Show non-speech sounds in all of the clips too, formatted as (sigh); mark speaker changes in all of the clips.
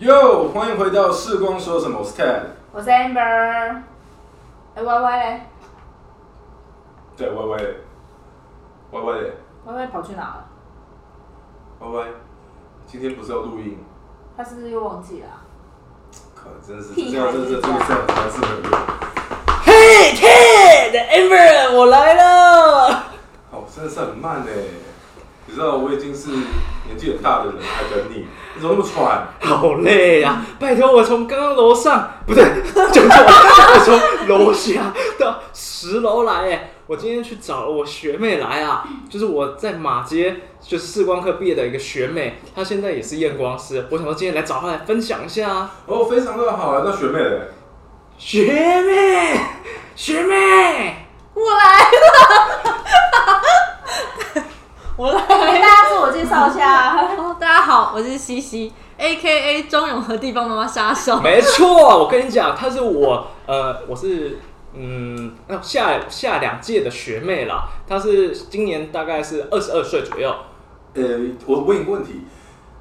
Speaker 1: 哟，欢迎回到世光说什么？我是 Ted，
Speaker 2: 我是 Amber，哎，Y Y 嘞
Speaker 1: 对，Y Y 的，Y Y 的
Speaker 2: ，Y Y 跑去哪了？
Speaker 1: ，Y Y，今天不是要录音？
Speaker 2: 他是不是又忘记了啊？
Speaker 1: 靠，真是
Speaker 2: 屁
Speaker 1: 这样，
Speaker 2: 孩
Speaker 1: 这
Speaker 2: 子
Speaker 1: 这这个 set 才是合用。
Speaker 2: 嘿，Ted，Amber，我来了。
Speaker 1: 哦，真的是很慢哎，你知道我已经是年纪很大的人，还等你，你怎么那么喘？
Speaker 3: 好累呀、拜托，我从刚刚楼上不对， (laughs) 讲错了，我从楼下到十楼来哎！我今天去找我学妹来啊，就是我在马街就是视光课毕业的一个学妹，她现在也是验光师。我想说今天来找她来分享一下啊，
Speaker 1: 哦，非常的好啊，那学妹嘞？
Speaker 3: 学妹，学妹，
Speaker 2: 我来了， (laughs) 我来了。给大家自我介绍一
Speaker 4: (laughs)
Speaker 2: 下。
Speaker 4: 哦，大家好，我是西西，A K A 中永和地方妈妈杀手。
Speaker 3: (laughs) 没错，我跟你讲，她是我呃，我是嗯，那下下两届的学妹啦，她是今年大概是二十二岁左右。
Speaker 1: 呃，我问一个问题。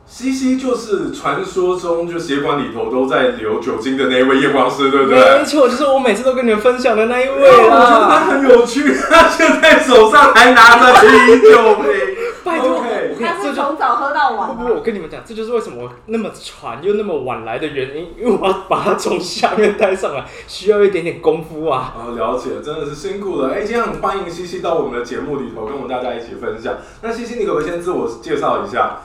Speaker 1: 西西就是传说中就血管里头都在流酒精的那一位验光师，对不对？
Speaker 3: 没错，就是我每次都跟你们分享的那一位
Speaker 1: 我觉得他 (laughs)
Speaker 3: 啦。。
Speaker 1: 很有趣，他现在手上还拿着啤酒杯
Speaker 3: 拜托，我
Speaker 1: OK
Speaker 3: 跟你
Speaker 2: 他
Speaker 3: 讲，这
Speaker 2: 是
Speaker 3: 就
Speaker 2: 从早喝到晚啊
Speaker 3: 不不，
Speaker 2: 吗？
Speaker 3: 我跟你们讲，这就是为什么我那么喘又那么晚来的原因，因为我要把它从下面带上来，需要一点点功夫啊。
Speaker 2: (laughs)
Speaker 1: 哦，了解，真的是辛苦了。哎，今天很欢迎西西到我们的节目里头，跟我们大家一起分享。那西西，你可不可以先自我介绍一下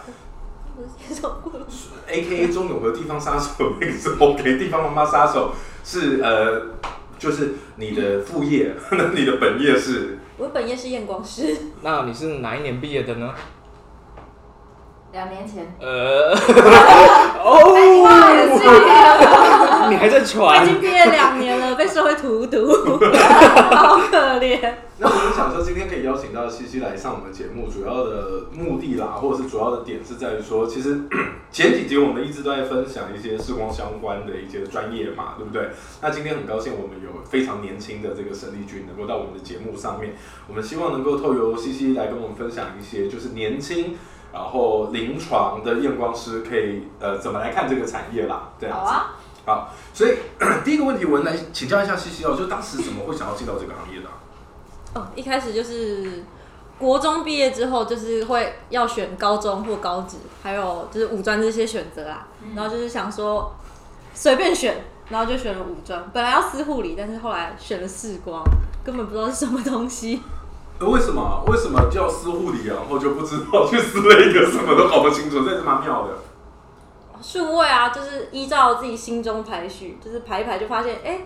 Speaker 1: ？A K A 中永和地方杀手，那个时候给地方妈妈杀手是呃，就是你的副业， (laughs) 那你的本业是
Speaker 4: 我本业是验光 (laughs) 师，
Speaker 3: 那你是哪一年毕业的呢？
Speaker 2: 两年前。 (laughs)
Speaker 3: 呃，
Speaker 2: 哇，
Speaker 3: 哦，
Speaker 2: 也是耶
Speaker 3: 你还在
Speaker 4: 我已
Speaker 3: 喘？
Speaker 4: 经毕业两年了，被社会荼 (laughs) 毒，好可怜。
Speaker 1: (laughs) 那我们想说，今天可以邀请到西西来上我们节目，主要的目的啦，或者是主要的点是在于说，其实 (clears throat) 前几集我们一直都在分享一些视光相关的一些专业嘛，对不对？那今天很高兴我们有非常年轻的这个沈丽君能够到我们的节目上面，我们希望能够透由西西来跟我们分享一些就是年轻。然后临床的验光师可以呃怎么来看这个产业啦？这样
Speaker 2: 好
Speaker 1: 子。
Speaker 2: 啊，
Speaker 1: 好，所以 (clears throat) 第一个问题，我们来请教一下西西哦，就当时怎么会想要进到这个行业的啊、
Speaker 4: 哦，一开始就是国中毕业之后，就是会要选高中或高职，还有就是五专这些选择啦。然后就是想说随便选，然后就选了五专。本来要私护理，但是后来选了视光，根本不知道是什么东西。
Speaker 1: 呃为什么？为什么叫撕护理，然后就不知道去撕了一个什么都搞不清楚，这是蛮妙的。
Speaker 4: 顺位啊，就是依照自己心中排序，就是排一排就发现，哎、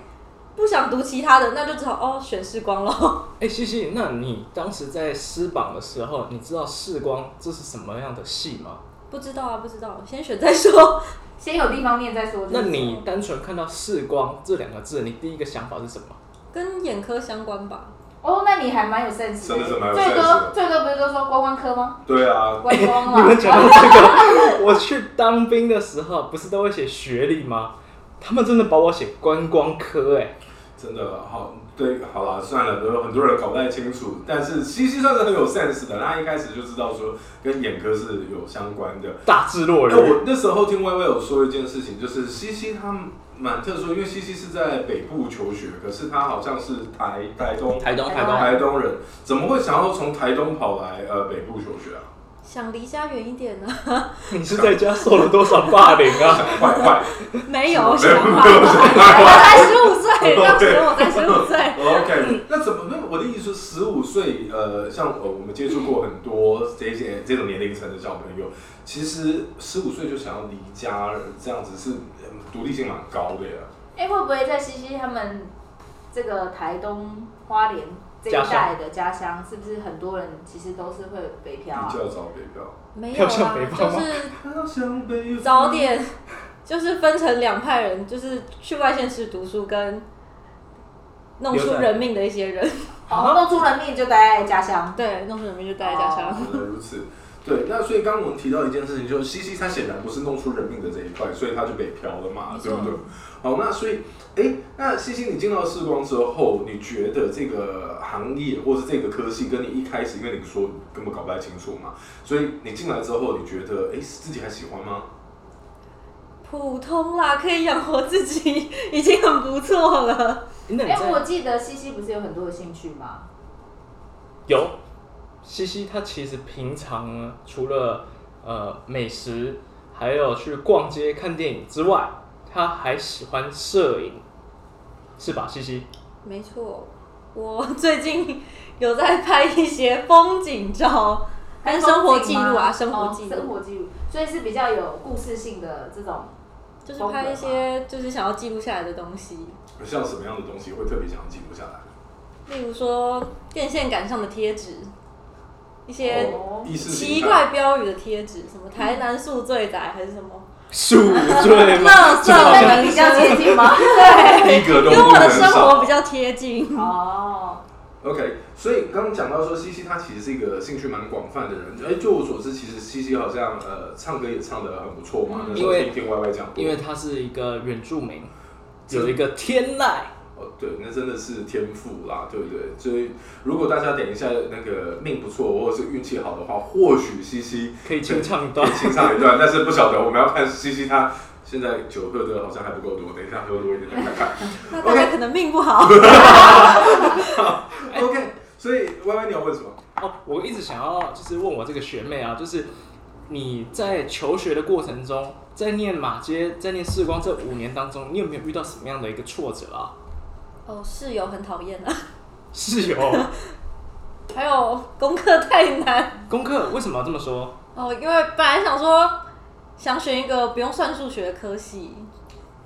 Speaker 4: 不想读其他的，那就只好哦选视光咯。
Speaker 3: 哎，西西，那你当时在师榜的时候，你知道视光这是什么样的系吗？
Speaker 4: (laughs) 不知道啊，不知道，先选再 (laughs) 说。
Speaker 2: 先有地方念再说。就是
Speaker 3: 那你单纯看到视光这两个字，你第一个想法是
Speaker 2: (laughs)
Speaker 3: 什么？
Speaker 4: 跟眼科相关吧，
Speaker 2: 哦，那你还蛮有 sense
Speaker 1: 真的是蛮有
Speaker 2: 最
Speaker 1: sense 的
Speaker 2: 多最多不是都说观光
Speaker 1: (laughs)
Speaker 2: 科吗？
Speaker 1: 对啊，
Speaker 2: 观光
Speaker 3: 你
Speaker 2: 嘛。
Speaker 3: 们讲到这个，我去当兵的时候不是都会写学历吗？他们真的把我写观光科哎、
Speaker 1: 真的好，对，好啦，算了，有很多人搞不太清楚，但是西西算是很有 sense 的，他一开始就知道说跟眼科是有相关的。
Speaker 3: 大智若
Speaker 1: 哎、
Speaker 3: 愚。
Speaker 1: 我那时候听歪歪有说一件事情，就是西西他蛮特殊，因为西西是在北部求学，可是他好像是台台东
Speaker 3: 台东
Speaker 2: 台东
Speaker 1: 台东人，怎么会想要从台东跑来呃北部求学啊？
Speaker 4: 想离家远一点 (laughs) 呢、
Speaker 3: 你是在家受了多少霸凌啊？
Speaker 1: 坏坏
Speaker 4: 没有，
Speaker 1: 没
Speaker 4: 想
Speaker 1: 有
Speaker 4: 法。
Speaker 1: 没有想法
Speaker 4: 我才十五岁，当时我才十五岁。
Speaker 1: OK，那 (laughs) 怎么？那我的意思，十五岁，呃，像呃，我们接触过很多这些这种年龄层的小朋友，其实十五岁就想要离家，这样子是嗯独立性蛮高的呀。
Speaker 2: 哎，会不会在西西他们这个台东花莲这一带的家乡，是不是很多人其实都是会北漂啊
Speaker 1: 比？较早北漂，
Speaker 4: 没有嗯
Speaker 3: 跳向
Speaker 4: 啊
Speaker 3: 北，方
Speaker 4: 就
Speaker 3: 吗
Speaker 4: 是
Speaker 1: 他想北方
Speaker 4: 早。点，就是分成两派人，就是去外县市读书跟弄
Speaker 3: 留
Speaker 4: 出
Speaker 3: 在
Speaker 4: 人命的一些人。
Speaker 2: 哦，弄出人命就待在家乡。
Speaker 4: 对，弄出人命就待在家乡。
Speaker 1: 原来如此。 (laughs) 对，那所以刚刚我们提到一件事情，就是西西他显然不是弄出人命的这一块，所以他就北漂了嘛，
Speaker 4: 没
Speaker 1: 对
Speaker 4: 错
Speaker 1: 不对？好，那所以，哎，那西西你进到视光之后，你觉得这个行业或是这个科系，跟你一开始，因为你说你根本搞不太清楚嘛，所以你进来之后，你觉得，哎，自己还喜欢吗？
Speaker 4: 普通啦，可以养活自己，已经很不错了。
Speaker 3: 那你
Speaker 2: 哎、
Speaker 3: 在
Speaker 2: 我记得西西不是有很多的兴趣吗？
Speaker 3: 有西西，他其实平常呢除了呃美食，还有去逛街、看电影之外，他还喜欢摄影，是吧？西西，
Speaker 4: 没错，我最近有在拍一些风景照，跟生活记录
Speaker 2: 还
Speaker 4: 啊，
Speaker 2: 有风景
Speaker 4: 生
Speaker 2: 吗
Speaker 4: 活记
Speaker 2: 哦生
Speaker 4: 录，
Speaker 2: 活记录，所以是比较有故事性的这种。
Speaker 4: 就是拍一些就是想要记录下来的东西，
Speaker 1: 像什么样的东西会特别想要记录下来？
Speaker 4: 例如说电线杆上的贴纸，一些
Speaker 2: 哦
Speaker 1: 意识形态
Speaker 4: 奇怪标语的贴纸，什么台南宿醉仔还是什么，
Speaker 3: 宿醉吗？
Speaker 4: 垃圾
Speaker 3: 这好
Speaker 2: 那
Speaker 3: 像
Speaker 2: 你比较接近
Speaker 4: (laughs)
Speaker 2: 吗？
Speaker 1: 逼格都
Speaker 4: 跟
Speaker 1: 不
Speaker 4: 我的
Speaker 1: 能
Speaker 4: 生
Speaker 1: 少
Speaker 4: 活。比较贴近。
Speaker 2: 哦，
Speaker 1: OK，所以刚刚讲到说，西西他其实是一个兴趣蛮广泛的人。哎，就我所知，其实西西好像呃唱歌也唱得很不错嘛。那时
Speaker 3: 嗯因
Speaker 1: 候
Speaker 3: 为
Speaker 1: 听听 Y Y 讲过，
Speaker 3: (laughs) 因为他是一个原住民，有一个天籁。
Speaker 1: 哦，对，那真的是天赋啦，对不对？所以如果大家等一下那个命不错，或者是运气好的话，或许西西
Speaker 3: 可以清唱一段
Speaker 1: 可以清唱一
Speaker 3: (laughs)
Speaker 1: 段，但是不晓得我们要看西西他现在酒喝的好像还不够多，等一下喝
Speaker 3: (laughs)
Speaker 1: 多一点再看看。
Speaker 4: 那大家可能命不
Speaker 2: (laughs)
Speaker 4: 好。
Speaker 1: OK，所以 Y Y 你要问什么？
Speaker 3: 哦，我一直想要就是问我这个学妹啊，就是你在求学的过程中，在念马街、在念世光这五年当中，你有没有遇到什么样的一个挫折啊？
Speaker 4: 哦，室友很讨厌啊，
Speaker 3: 是哦有
Speaker 4: 还有功课太难
Speaker 3: 功课为什么要这么说？
Speaker 4: 哦，因为本来想说想选一个不用算数学的科系，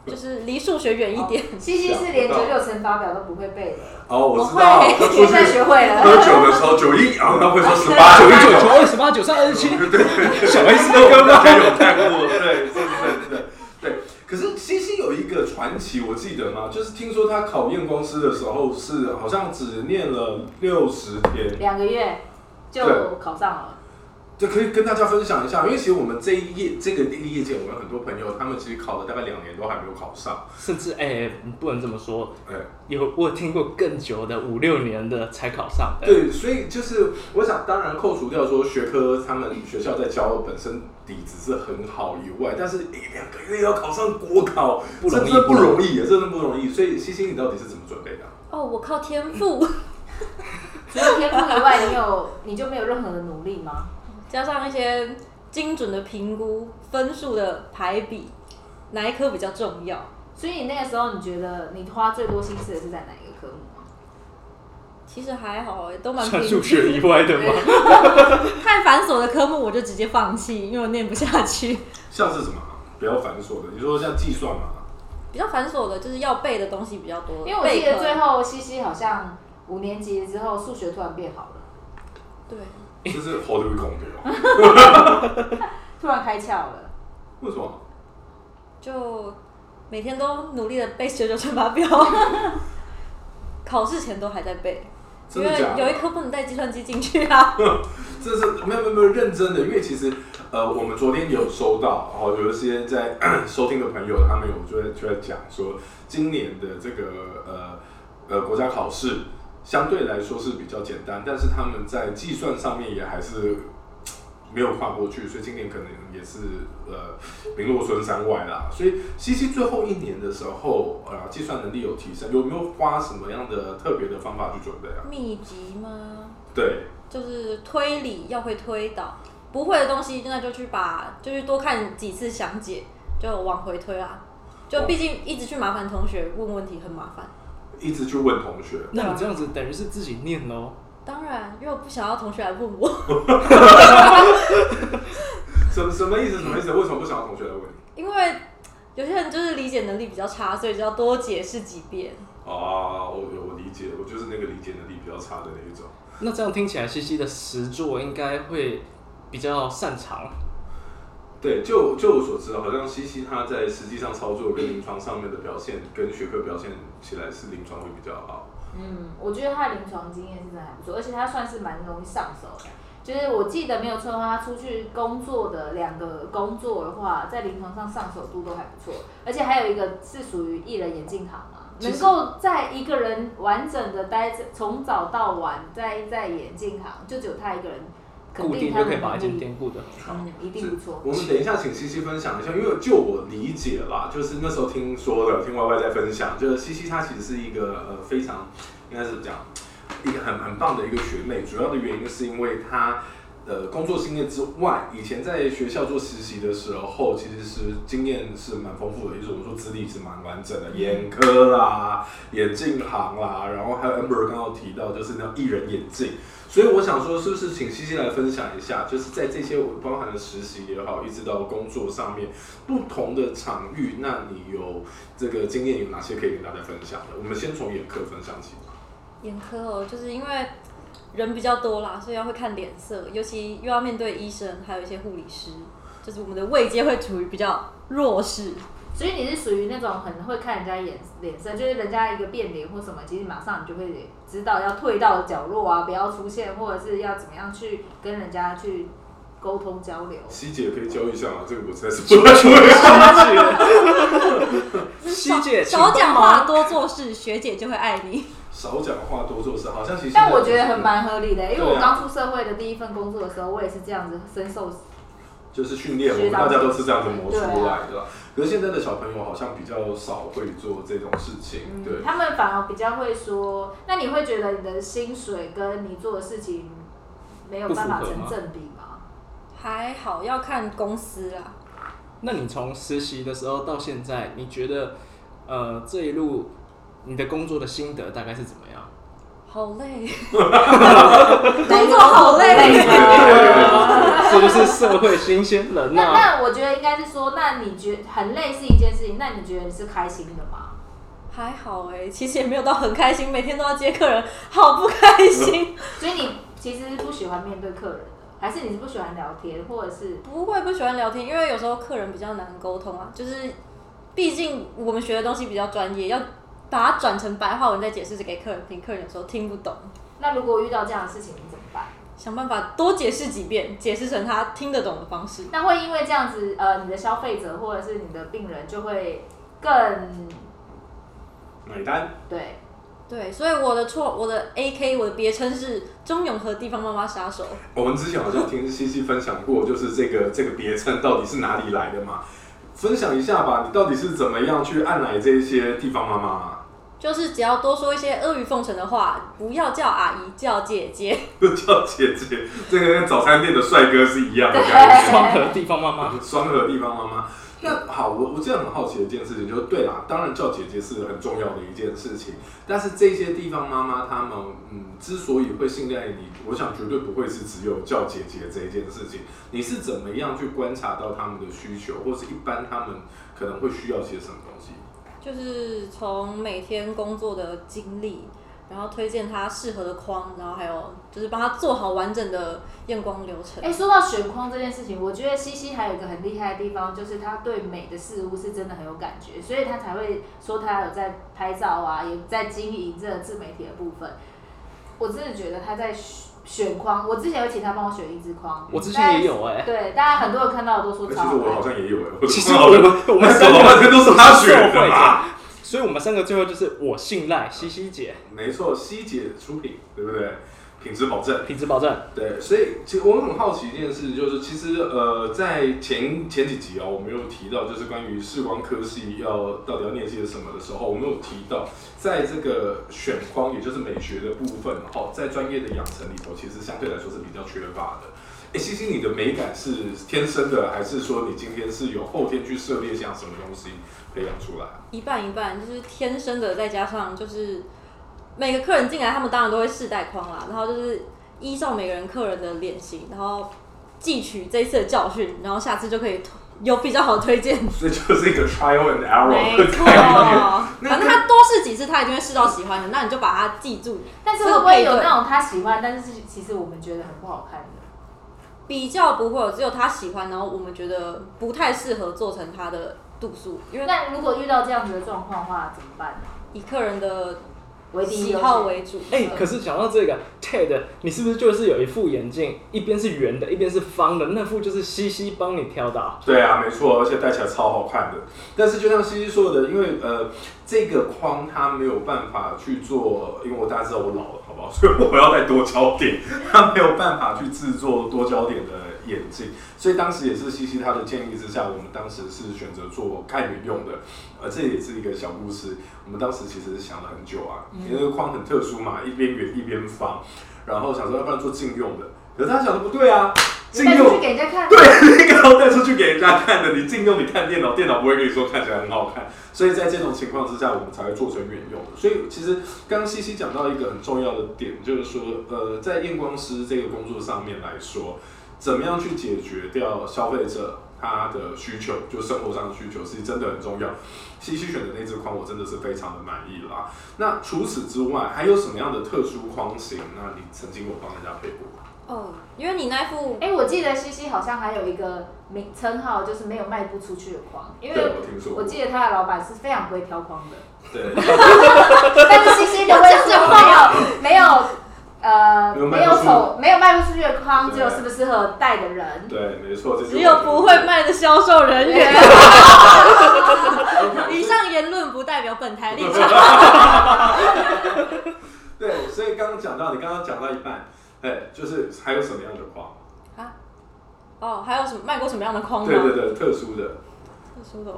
Speaker 4: 就是离数学远一点。
Speaker 2: 西西是连九九乘法表都不会
Speaker 4: (laughs)
Speaker 2: 背的，
Speaker 1: 哦，
Speaker 4: 我
Speaker 1: 我知道，
Speaker 4: 会
Speaker 1: 他出
Speaker 2: 现在
Speaker 4: (laughs)
Speaker 1: 去
Speaker 2: 学会
Speaker 1: 喝
Speaker 2: 了。
Speaker 1: 酒的时候九一，然后他会说十八
Speaker 3: 九
Speaker 1: 九
Speaker 3: 一
Speaker 1: 一
Speaker 3: 九
Speaker 1: 九
Speaker 3: 九
Speaker 1: 九，
Speaker 3: 二十八九三二十七，
Speaker 1: 对对对，
Speaker 3: 小 S
Speaker 1: 都
Speaker 3: 都
Speaker 1: 跟
Speaker 3: 跟
Speaker 1: 大
Speaker 3: 到。
Speaker 1: 家有看过，对，对对对对对。可是西西有一个传奇，我记得嘛，就是听说他考验光师的时候是好像只念了六十天，
Speaker 2: 两个月就
Speaker 1: 对
Speaker 2: 考上了，
Speaker 1: 就可以跟大家分享一下，因为其实我们这一业这个业界，我们有很多朋友他们其实考了大概两年都还没有考上，
Speaker 3: 甚至哎、你不能这么说，
Speaker 1: 哎、
Speaker 3: 有我有听过更久的五六年的才考上的。
Speaker 1: 对，所以就是我想，当然扣除掉说学科他们学校在教的本身底子是很好以外，但是一两个月要考上国考，
Speaker 3: 不容易
Speaker 1: 真的不
Speaker 3: 不容
Speaker 1: 容易，真的不容易。所以西西，你到底是怎么准备的？啊
Speaker 4: 哦，我靠天赋，
Speaker 2: 除了天赋以外，你有你就没有任何的努力吗？
Speaker 4: 加上一些精准的评估、分数的排比，哪一科比较重要？
Speaker 2: 所以你那个时候，你觉得你花最多心思的是在哪一个科目啊吗？
Speaker 4: 其实还好、欸，都蛮
Speaker 3: 算
Speaker 4: 平
Speaker 3: 数学以
Speaker 4: 均。
Speaker 3: 外的吗？
Speaker 4: 太繁琐的科目我就直接放弃，因为我念不下去。
Speaker 1: 像是什么？啊比较繁琐的，你说像计 (laughs) 算嘛？
Speaker 4: 比较繁琐的就是要背的东西比较多，
Speaker 2: 因为我记
Speaker 4: 背
Speaker 2: 得
Speaker 4: 课
Speaker 2: 最后西西好像五年级之后数学突然变好了，
Speaker 4: 对
Speaker 1: 就是好的孔对吧？
Speaker 2: 突然开窍了。
Speaker 1: 为什么？
Speaker 4: 就每天都努力的背九九乘
Speaker 1: (laughs)
Speaker 4: 法表，考试前都还在背，
Speaker 1: 真
Speaker 4: 因为
Speaker 1: 的假的？
Speaker 4: 有一科不能带计算机进去啊。
Speaker 1: 这是没有没有没有认真的，因为其实呃，我们昨天有收到，然、后有一些在收听的朋友，他们有就在就在讲说，今年的这个呃呃国家考试相对来说是比较简单，但是他们在计算上面也还是没有跨过去，所以今年可能也是呃名落孙山外啦。所以西西最后一年的时候，呃，计算能力有提升，有没有花什么样的特别的方法去准备啊？
Speaker 4: 秘籍吗？
Speaker 1: 对，
Speaker 4: 就是推理要会推导，不会的东西那就去把就去多看几次详解，就往回推啦。就毕竟一直去麻烦同学问问题很麻烦，
Speaker 1: 一直去问同学。
Speaker 3: 那你这样子等于是自己念喽。
Speaker 4: 当然，因为我不想要同学来问我，
Speaker 1: 什么什么意思？什么意思？为什么不想要同学来问你？
Speaker 4: 因为有些人就是理解能力比较差，所以就要多解释几遍。
Speaker 1: 啊，我我理解，我就是那个理解能力比较差的那一种。
Speaker 3: 那这样听起来，西西的实作应该会比较擅长。
Speaker 1: 对，就就我所知，啊好像西西他在实际上操作跟临床上面的表现，跟学科表现起来是临床会比较好。
Speaker 2: 嗯，我觉得他的临床经验是真的还不错，而且他算是蛮容易上手的。就是我记得没有错的话，他出去工作的两个工作的话，在临床上上手度都还不错，而且还有一个是属于艺人眼镜行嘛，
Speaker 3: 其
Speaker 2: 能
Speaker 3: 实
Speaker 2: 够在一个人完整的待着，从早到晚待在眼镜行，就只有他一个人肯
Speaker 3: 固
Speaker 2: 定
Speaker 3: 定
Speaker 2: 他
Speaker 3: 就
Speaker 2: 们
Speaker 3: 可以
Speaker 2: 的
Speaker 3: 把一间
Speaker 2: 能力，
Speaker 3: 店顾得很好。
Speaker 2: 嗯，一定不错。
Speaker 1: 我们等一下请西西分享一下，因为就我理解啦，就是那时候听说的，听 Y Y 在分享，就是西西她其实是一个呃非常应该是怎么讲，一个很很棒的一个学妹。主要的原因是因为她呃工作经验之外，以前在学校做实习的时候，其实是经验是蛮丰富的，就是我说资历是蛮完整的，眼科啦、眼镜行啦，然后还有 Amber 刚刚有提到就是那种艺人眼镜。所以我想说，是不是请西西来分享一下，就是在这些我包含了实习也好，一直到工作上面不同的场域，那你有这个经验有哪些可以跟大家分享的？我们先从眼科分享起。
Speaker 4: 眼科哦，就是因为人比较多啦，所以要会看脸色，尤其又要面对医生，还有一些护理师，就是我们的位阶会处于比较弱势。
Speaker 2: 所以你是属于那种很会看人家眼脸色，就是人家一个变脸或什么，其实马上你就会知道要退到角落啊，不要出现，或者是要怎么样去跟人家去沟通交流。
Speaker 1: 西姐可以教一下吗？这个我实在是不太 (laughs) 会。
Speaker 3: 西姐，请
Speaker 4: 少讲
Speaker 3: 帮
Speaker 4: 话，
Speaker 3: 忙。
Speaker 4: 多做事，学姐就会爱你。
Speaker 1: 少讲话多做事，好像其实。
Speaker 2: 但我觉得很。蛮合理的，因为
Speaker 1: 对
Speaker 2: 我
Speaker 1: 啊
Speaker 2: 刚出社会的第一份工作的时候，我也是这样子深受
Speaker 1: 就是训练，我们大家都是这样子磨出
Speaker 2: 啊
Speaker 1: 来的。可是现在的小朋友好像比较少会做这种事情，对
Speaker 2: 嗯，。他们反而比较会说，那你会觉得你的薪水跟你做的事情没有办法
Speaker 3: 不符合
Speaker 2: 成
Speaker 3: 吗
Speaker 2: 正比吗？
Speaker 4: 还好要看公司啦，
Speaker 3: 那你从实习的时候到现在，你觉得呃这一路你的工作的心得大概是怎么样？
Speaker 4: 好 (laughs) 累，工作好累。
Speaker 3: (laughs) 是不是社会新鲜人
Speaker 2: 那
Speaker 3: 呐、啊？
Speaker 2: 那我觉得应该是说，那你觉很累是一件事情，那你觉得你是开心的吗？
Speaker 4: 还好哎、其实也没有到很开心，每天都要接客人，好不开心。
Speaker 2: 所以你其实不喜欢面对客人的，还是你是不喜欢聊天，或者是
Speaker 4: 不会不喜欢聊天，因为有时候客人比较难沟通啊，就是毕竟我们学的东西比较专业，要把它转成白话文再解释给客人听，客人有时候听不懂，
Speaker 2: 那如果遇到这样的事情你怎么办？
Speaker 4: 想办法多解释几遍，解释成他听得懂的方式。
Speaker 2: 那会因为这样子，呃，你的消费者或者是你的病人就会更
Speaker 1: 买单，
Speaker 2: 对。
Speaker 4: 对，所以我的错，我的 A K，我的别称是中永和地方妈妈杀手。
Speaker 1: 我们之前好像听西西分享过，就是这个这个别称到底是哪里来的嘛？分享一下吧，你到底是怎么样去按奶这些地方妈妈 (laughs) 啊？
Speaker 4: 就是只要多说一些阿谀奉承的话，不要叫阿姨，叫姐姐。
Speaker 1: 又叫姐姐，这个跟早餐店的帅哥是一样的感
Speaker 2: 对
Speaker 1: 觉。
Speaker 3: 双和地方妈妈，
Speaker 1: 双核地方妈妈。那好，我我真的很好奇的一件事情，就是对啦，当然叫姐姐是很重要的一件事情，但是这些地方妈妈她们，嗯，之所以会信赖你，我想绝对不会是只有叫姐姐这一件事情。你是怎么样去观察到他们的需求，或是一般他们可能会需要些什么东西？
Speaker 4: 就是从每天工作的经历，然后推荐他适合的框，然后还有就是帮他做好完整的验光流程。
Speaker 2: 哎、说到选框这件事情，我觉得西西还有一个很厉害的地方，就是她对美的事物是真的很有感觉，所以她才会说她有在拍照啊，也在经营这个自媒体的部分。我真的觉得她在选选框，我之前有请她帮我选一支框，
Speaker 3: 我之前也有哎、
Speaker 2: 对，大家很多人看到我都说
Speaker 1: 哎其
Speaker 2: 超
Speaker 1: 实
Speaker 2: 好
Speaker 1: 我好
Speaker 2: 看。
Speaker 1: 像也有哎、
Speaker 3: 其实我们我们三
Speaker 1: 走了半
Speaker 3: 个
Speaker 1: 天都是他选的嘛。
Speaker 3: (laughs) 所以我们三个最后就是我信赖西西姐，
Speaker 1: 没错，西姐出品，对不对？品质保证。
Speaker 3: 品质保证。
Speaker 1: 对，所以其实我很好奇一件事，就是其实呃，在前前几集啊、我们有提到，就是关于视光科系要到底要念些什么的时候，我们有提到，在这个选框，也就是美学的部分，哦，在专业的养成里头，其实相对来说是比较缺乏的。哎，星星，你的美感是天生的，还是说你今天是有后天去涉猎像什么东西培养出来？
Speaker 4: 一半一半，就是天生的，再加上就是每个客人进来，他们当然都会试戴框啦，然后就是依照每个人客人的脸型，然后汲取这一次的教训，然后下次就可以有比较好的推荐。
Speaker 1: 所以就是一个 trial and error
Speaker 4: 没
Speaker 1: 的
Speaker 4: 错，
Speaker 1: 概念。
Speaker 4: 反正他多试几次，他一定会试到喜欢的，那你就把它记住。
Speaker 2: 但是会不会有那种她喜欢，但是其实我们觉得很不好看的？
Speaker 4: 比较不会有只有他喜欢，然后我们觉得不太适合做成他的度数，因为
Speaker 2: 那如果遇到这样子的状况的话，怎么办呢？
Speaker 4: 以客人的
Speaker 2: 为第一
Speaker 4: 喜
Speaker 2: 优
Speaker 4: 好
Speaker 2: 先。
Speaker 4: 为主。嗯
Speaker 3: 哎、可是讲到这个 TED，你是不是就是有一副眼镜，一边是圆的，一边是方的，那副就是西西帮你挑的、啊？
Speaker 1: 对啊，没错，而且戴起来超好看的。但是就像西西说的，因为呃，这个框它没有办法去做，因为我大家知道我老了，好不好？所以我要戴多焦点，它没有办法去制作多焦点的眼镜。所以当时也是西西他的建议之下，我们当时是选择做看远用的。呃，这也是一个小故事。我们当时其实想了很久啊，因为那个框很特殊嘛，一边圆一边方，然后想说要啊不然做近用的。可是他想的不对啊，
Speaker 2: 你
Speaker 1: 近
Speaker 2: 带
Speaker 1: 用
Speaker 2: 出去给人家看。啊
Speaker 1: 对，那个要带出去给人家看的，你禁用你看电脑，电脑不会跟你说看起来很好看。所以在这种情况之下，我们才会做成远用的。所以其实刚刚西西讲到一个很重要的点，就是说，呃，在验光师这个工作上面来说，怎么样去解决掉消费者他的需求，就生活上的需求，是真的很重要。西西选的那只框，我真的是非常的满意啦。那除此之外，还有什么样的特殊框型？那你曾经有帮人家配过？
Speaker 4: 哦，因为你那副
Speaker 2: 哎、我记得西西好像还有一个名称号，就是没有卖不出去的框，因
Speaker 1: 对，
Speaker 2: 为
Speaker 1: 我听说
Speaker 2: 我
Speaker 1: 过。
Speaker 2: 记得他的老板是非常不会挑框的。
Speaker 1: 对。
Speaker 2: 但是西西的位置没有没有呃
Speaker 1: 没有
Speaker 2: 没
Speaker 1: 卖
Speaker 2: 有
Speaker 1: 不出
Speaker 2: 丑没有卖不出去的框，
Speaker 1: 对
Speaker 2: 只有适不适合戴的人。
Speaker 1: 对，没错，这就是
Speaker 4: 只有
Speaker 1: (laughs)
Speaker 4: 不会卖的销售人员。以上言论不代表本台立场。
Speaker 1: 对，所以刚刚讲到，你刚刚讲到一半，哎，就是还有什么样的框？
Speaker 4: 哦，还有什么卖过什么样的框吗？
Speaker 1: 对对对，特殊的，
Speaker 4: 特殊的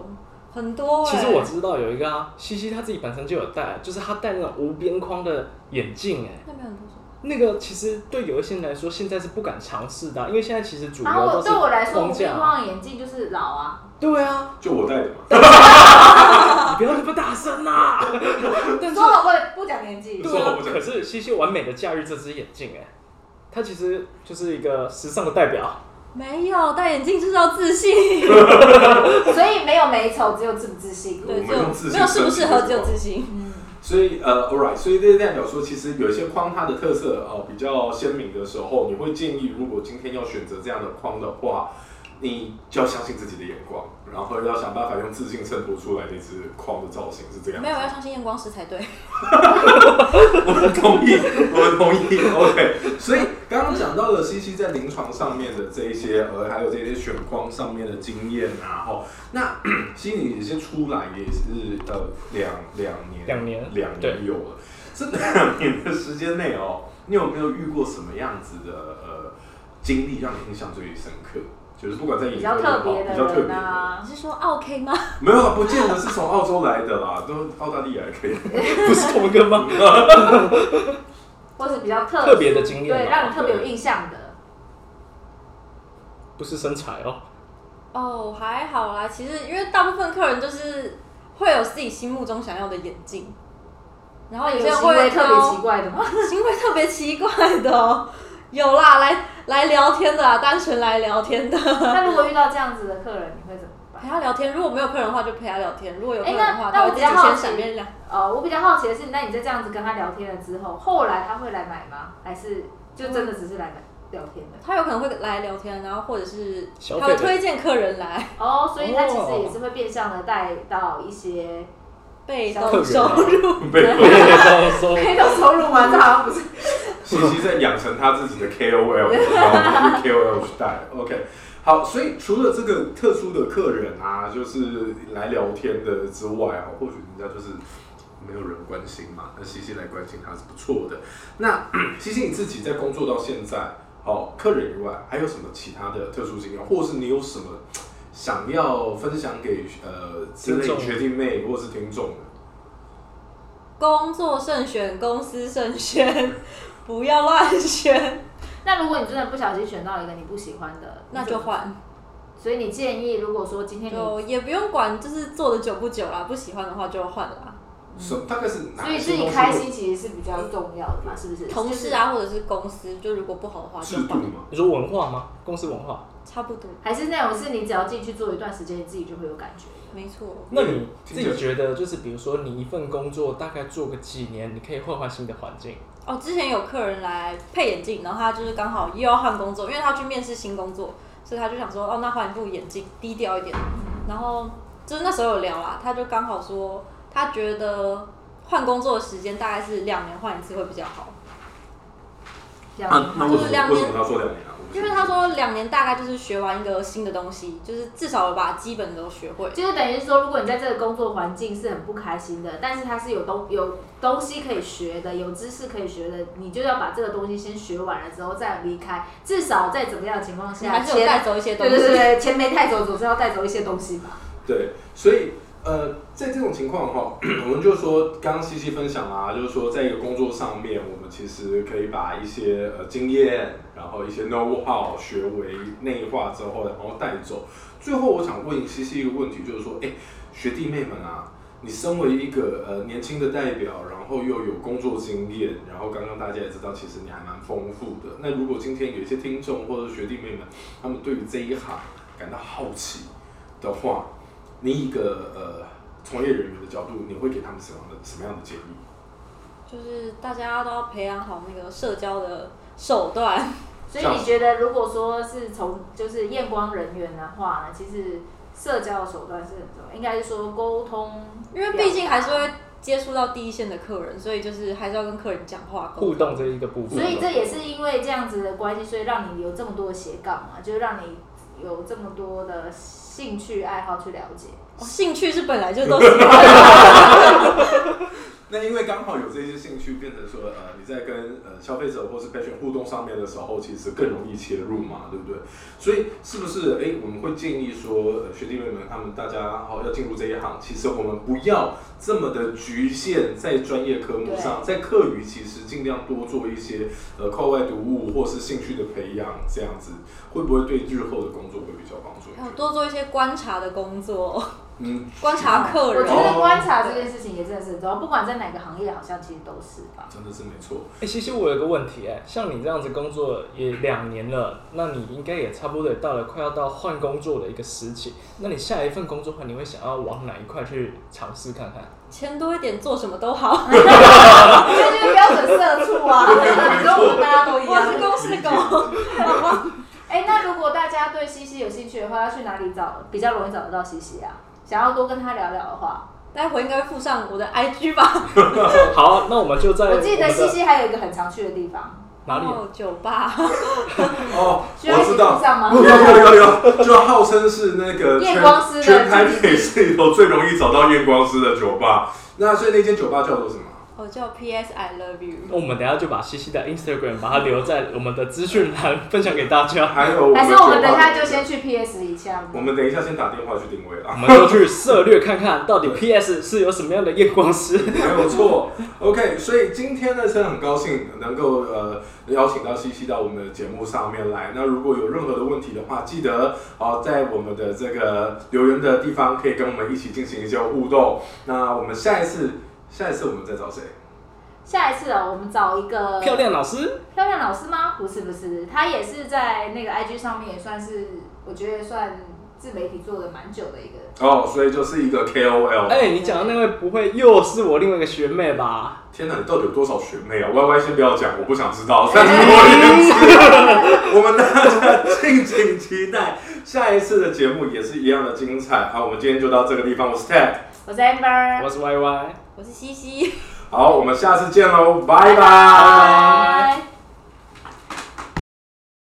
Speaker 4: 很多、欸。
Speaker 3: 其实我知道有一个啊，西西他自己本身就有戴，啊就是他戴那种无边框的眼镜、哎，
Speaker 4: 那边很多什么
Speaker 3: 那个其实对有一些人来说，现在是不敢尝试的啊、因为现在其实主流
Speaker 2: 然后
Speaker 3: 都
Speaker 2: 我
Speaker 3: 是
Speaker 2: 对我来说，
Speaker 3: 框
Speaker 2: 无
Speaker 3: 架
Speaker 2: 边
Speaker 3: 啊。
Speaker 2: 框眼镜就是老啊，
Speaker 3: 对啊，
Speaker 1: 就我戴的嘛。
Speaker 3: 你不要那么大声啊 (laughs) 啦、但是
Speaker 2: 说好我也不讲年纪
Speaker 1: 对。
Speaker 3: 对
Speaker 1: 说
Speaker 3: 啊
Speaker 1: 我，不
Speaker 3: 可是西西完美的驾驭这只眼镜、哎，它其实就是一个时尚的代表。
Speaker 4: 没有戴眼镜就是要自信，
Speaker 2: 所以没有美丑，只有自不自信。
Speaker 1: 我
Speaker 4: 对，
Speaker 1: 们
Speaker 4: 只有
Speaker 1: 用自信
Speaker 4: 没有适不适合，
Speaker 1: 争取
Speaker 4: 只有自信。
Speaker 2: 嗯，
Speaker 1: 所以呃，alright，所以这代表说，其实有一些框它的特色哦、比较鲜明的时候，你会建议，如果今天要选择这样的框的话，你就要相信自己的眼光，然后要想办法用自信衬托出来那只框的造型是这样
Speaker 4: 没。有要相信验光师才对。
Speaker 1: 我们同 (laughs) 意，我们同意。OK，所以刚刚讲到了西西在临床上面的这一些，呃，还有这些选框上面的经验啊，吼，那 (clears throat) 西西你也是出来也是呃两两年，
Speaker 3: 两年
Speaker 1: 两
Speaker 3: 对
Speaker 1: 年有了，这两年的时间内哦，你有没有遇过什么样子的呃经历让你印象最深刻？就是不管在
Speaker 2: 比
Speaker 1: 研究
Speaker 2: 较
Speaker 1: 也
Speaker 2: 特
Speaker 1: 好，
Speaker 2: 别
Speaker 1: 比较
Speaker 2: 的
Speaker 1: 特别
Speaker 2: 人
Speaker 1: 的，
Speaker 2: 啊
Speaker 4: 你。是说 OK 吗？
Speaker 1: 没有啊，不见得是从澳洲来的啦，都澳大利亚也 (laughs) 可以。
Speaker 3: 不是同一个 (laughs) 吗？
Speaker 2: 或是比较特
Speaker 3: 特别的经验
Speaker 2: 对，
Speaker 3: 吧
Speaker 2: 让你特别有印象的。
Speaker 3: 不是身材哦，
Speaker 4: 哦，还好啦。其实因为大部分客人就是会有自己心目中想要的眼镜，然后
Speaker 2: 有
Speaker 4: 哎有些
Speaker 2: 些
Speaker 4: 人
Speaker 2: 行为
Speaker 4: 会
Speaker 2: 特别奇
Speaker 4: 挑
Speaker 2: 怪的吗？
Speaker 4: (laughs) 行为特别奇怪的哦、有啦，来来聊天的啦，单纯来聊天
Speaker 2: (laughs)
Speaker 4: 的。
Speaker 2: 那如果遇到这样子的客人，你会怎么办？
Speaker 4: 陪他聊天，如果没有客人的话就陪他聊天，如果有客人的话，
Speaker 2: 哎那那我
Speaker 4: 他会
Speaker 2: 比
Speaker 4: 自
Speaker 2: 较
Speaker 4: 己
Speaker 2: 好
Speaker 4: 先
Speaker 2: 奇
Speaker 4: 闪边聊。
Speaker 2: 呃，我比较好奇的是，那你在这样子跟他聊天了之后，后来他会来买吗？还是就真的只是来买聊天的？
Speaker 4: 他有可能会来聊天，然后或者是
Speaker 3: 消
Speaker 4: 他
Speaker 3: 费
Speaker 4: 会
Speaker 3: 者
Speaker 4: 推荐客人来
Speaker 2: 哦，所以他其实也是会变相的带到一些
Speaker 4: 被
Speaker 2: 消
Speaker 4: 动
Speaker 3: 费者
Speaker 4: 收入。
Speaker 1: 被
Speaker 3: 收收
Speaker 2: 被动收入吗？这好像不是。
Speaker 1: 西西在养成他自己的 KOL，然后 KOL 时代。OK，好，所以除了这个特殊的客人啊，就是来聊天的之外啊，或许人家就是没有人关心嘛，那西西来关心他是不错的。那 (clears throat) 西西你自己在工作到现在，哦，客人以外还有什么其他的特殊经验，或是你有什么想要分享给呃之类
Speaker 3: 听众
Speaker 1: 学弟妹或是听众的？
Speaker 4: 工作慎选，公司慎选，不要乱选，
Speaker 2: (laughs) 那如果你真的不小心选到一个你不喜欢的，
Speaker 4: 那就。换。
Speaker 2: 所以你建议，如果说今天你，
Speaker 4: 就也不用管，就是做的久不久啦，不喜欢的话就换啦。
Speaker 1: 什么大概是哪
Speaker 2: 所以
Speaker 1: 些
Speaker 2: 自
Speaker 1: 东
Speaker 2: 己
Speaker 1: 西
Speaker 2: 开
Speaker 1: 会
Speaker 2: 心其实是比较重要的嘛，是不是？
Speaker 4: 同事啊，或者是公司，就如果不好的话
Speaker 1: 制
Speaker 4: 就
Speaker 1: 度
Speaker 4: 换，
Speaker 1: 嘛？
Speaker 3: (laughs) 你说文化吗？公司文化？
Speaker 4: 差不多，
Speaker 2: 还是那种是你只要进去做一段时间，你自己就会有感觉的。
Speaker 4: 没错。
Speaker 3: 那你自己觉得，就是比如说你一份工作大概做个几年，你可以换换新的环境，
Speaker 4: 哦，之前有客人来配眼镜，然后他就是刚好又要换工作，因为他去面试新工作，所以他就想说，哦，那换一副眼镜，低调一点。然后就是那时候有聊啦，他就刚好说，他觉得换工作的时间大概是两年换一次会比较好，
Speaker 2: 这样
Speaker 1: 那那为
Speaker 4: 就
Speaker 1: 什
Speaker 4: 是
Speaker 1: 么
Speaker 4: 两年
Speaker 1: 为什么他说两年啊？
Speaker 4: 因为他说两年大概就是学完一个新的东西，就是至少把基本的都学会。
Speaker 2: 就是等于说，如果你在这个工作环境是很不开心的，但是它是有东有东西可以学的，有知识可以学的，你就要把这个东西先学完了之后再离开。至少在怎么样的情况
Speaker 4: 你
Speaker 2: 下，
Speaker 4: 还是有
Speaker 2: 钱
Speaker 4: 带走一些东
Speaker 2: 对
Speaker 4: 西， (laughs)
Speaker 2: 对对对，钱没带走，总是要带走一些东西吧。
Speaker 1: 对，所以呃，在这种情况的话， (clears throat) 我们就说刚刚西西分享啦、就是说在一个工作上面，我们其实可以把一些呃经验，然后一些 know how 学为内化之后，然后带走。最后，我想问西西一个问题，就是说，哎，学弟妹们啊。你身为一个呃年轻的代表，然后又有工作经验，然后刚刚大家也知道，其实你还蛮丰富的。那如果今天有一些听众或者学弟妹们，他们对于这一行感到好奇的话，你以一个呃从业人员的角度，你会给他们什么样的什么样的建议？
Speaker 4: 就是大家都要培养好那个社交的手段。
Speaker 2: 所以你觉得，如果说是从就是验光人员的话呢，其实社交的手段是很重要，应该是说沟通，
Speaker 4: 因为毕竟还是会接触到第一线的客人，所以就是还是要跟客人讲话沟
Speaker 3: 互
Speaker 4: 通。
Speaker 3: 动这一个部分。
Speaker 2: 所以这也是因为这样子的关系，所以让你有这么多的斜杠嘛，就是让你有这么多的兴趣爱好去了解。
Speaker 4: 哦兴趣是本来就
Speaker 3: (laughs)
Speaker 4: 都是对
Speaker 1: 那因为刚好有这些兴趣，变成说呃你在跟呃消费者或是 patient 互动上面的时候，其实更容易切入嘛，对不对？所以是不是哎、诶我们会建议说、呃、学弟妹们他们大家好、要进入这一行，其实我们不要这么的局限在专业科目上，在课余其实尽量多做一些呃课外读物或是兴趣的培养，这样子会不会对日后的工作会比较有帮助一
Speaker 4: 还有
Speaker 1: 点？
Speaker 4: 多做一些观察的工作，
Speaker 1: 嗯，
Speaker 4: 观察啊客
Speaker 2: 我
Speaker 4: 人
Speaker 2: 觉。得观察这件事情也真的是很重要，不管在哪个行业，好像其实都是吧。 (laughs)
Speaker 1: 真的是没错。
Speaker 3: 哎、其实我有个问题、哎，像你这样子工作也两年了，那你应该也差不多也到了快要到换工作的一个时期。那你下一份工作的话，你会想要往哪一块去尝试看看？ (laughs)
Speaker 4: 钱多一点，做什么都好。
Speaker 2: 这就是标准社畜啊，跟我们大家都一
Speaker 4: 我
Speaker 2: 样
Speaker 4: 是。公司狗，
Speaker 2: 哎、那如果大家对西西有兴趣的话，要去哪里找比较容易找得到西西啊？想要多跟他聊聊的话，
Speaker 4: 待会应该会附上我的 IG 吧，
Speaker 3: 好，那我们就在
Speaker 2: 我记得
Speaker 3: 们的
Speaker 2: 西西还有一个很常去的地方，
Speaker 3: 哪里？啊
Speaker 4: 然后酒吧，
Speaker 1: (laughs) 哦，
Speaker 2: 需要
Speaker 1: 我
Speaker 2: 一起
Speaker 1: 知
Speaker 2: 附
Speaker 1: 道，
Speaker 2: 上吗？
Speaker 1: 有有有有，就号称是那
Speaker 2: (laughs)
Speaker 1: 个
Speaker 2: 验光师的
Speaker 1: 全全台北市里头最容易找到验光师的酒吧。那所以那间酒吧叫做什么？
Speaker 4: 我哦叫 PS I love
Speaker 3: 那
Speaker 4: you。
Speaker 3: 我们等一下就把西西的 Instagram 把它留在我们的资讯栏，分享给大家。
Speaker 1: 还有我
Speaker 2: 还
Speaker 1: 们
Speaker 2: 是
Speaker 1: 的
Speaker 2: 我们等一下
Speaker 1: 酒吧
Speaker 2: 就先，去 PS 一下？
Speaker 1: 我们等一下先打电话去定位
Speaker 3: 我
Speaker 1: 啦。
Speaker 3: 们就去涉略看看，到底 PS 是有什么样的验光师。 (laughs)
Speaker 1: 没有错，OK，所以今天呢，真的很高兴能够呃邀请到西西到我们的节目上面来。那如果有任何的问题的话，记得啊、在我们的这个留言的地方可以跟我们一起进行一些互动。那我们下一次，下一次我们再找谁？
Speaker 2: 下一次哦，我们找一个
Speaker 3: 漂亮老师，
Speaker 2: 漂亮老师吗？不是不是，他也是在那个 IG 上面也算是，我觉得算自媒体做的蛮久的一个。
Speaker 1: 哦，所以就是一个 KOL。
Speaker 3: 哎、你讲的那位不会又是我另外一个学妹吧？
Speaker 1: 天哪，你到底有多少学妹啊？Y Y 先不要讲，我不想知道。但是我我们大家 (laughs) 敬请期待下一次的节目也是一样的精彩。好，我们今天就到这个地方。我是 Ted，
Speaker 2: (laughs) 我是 Amber，
Speaker 3: 我是 YY。
Speaker 4: 我是西西。
Speaker 1: 好，我们下次见喽，拜
Speaker 2: 拜
Speaker 1: 拜
Speaker 2: 拜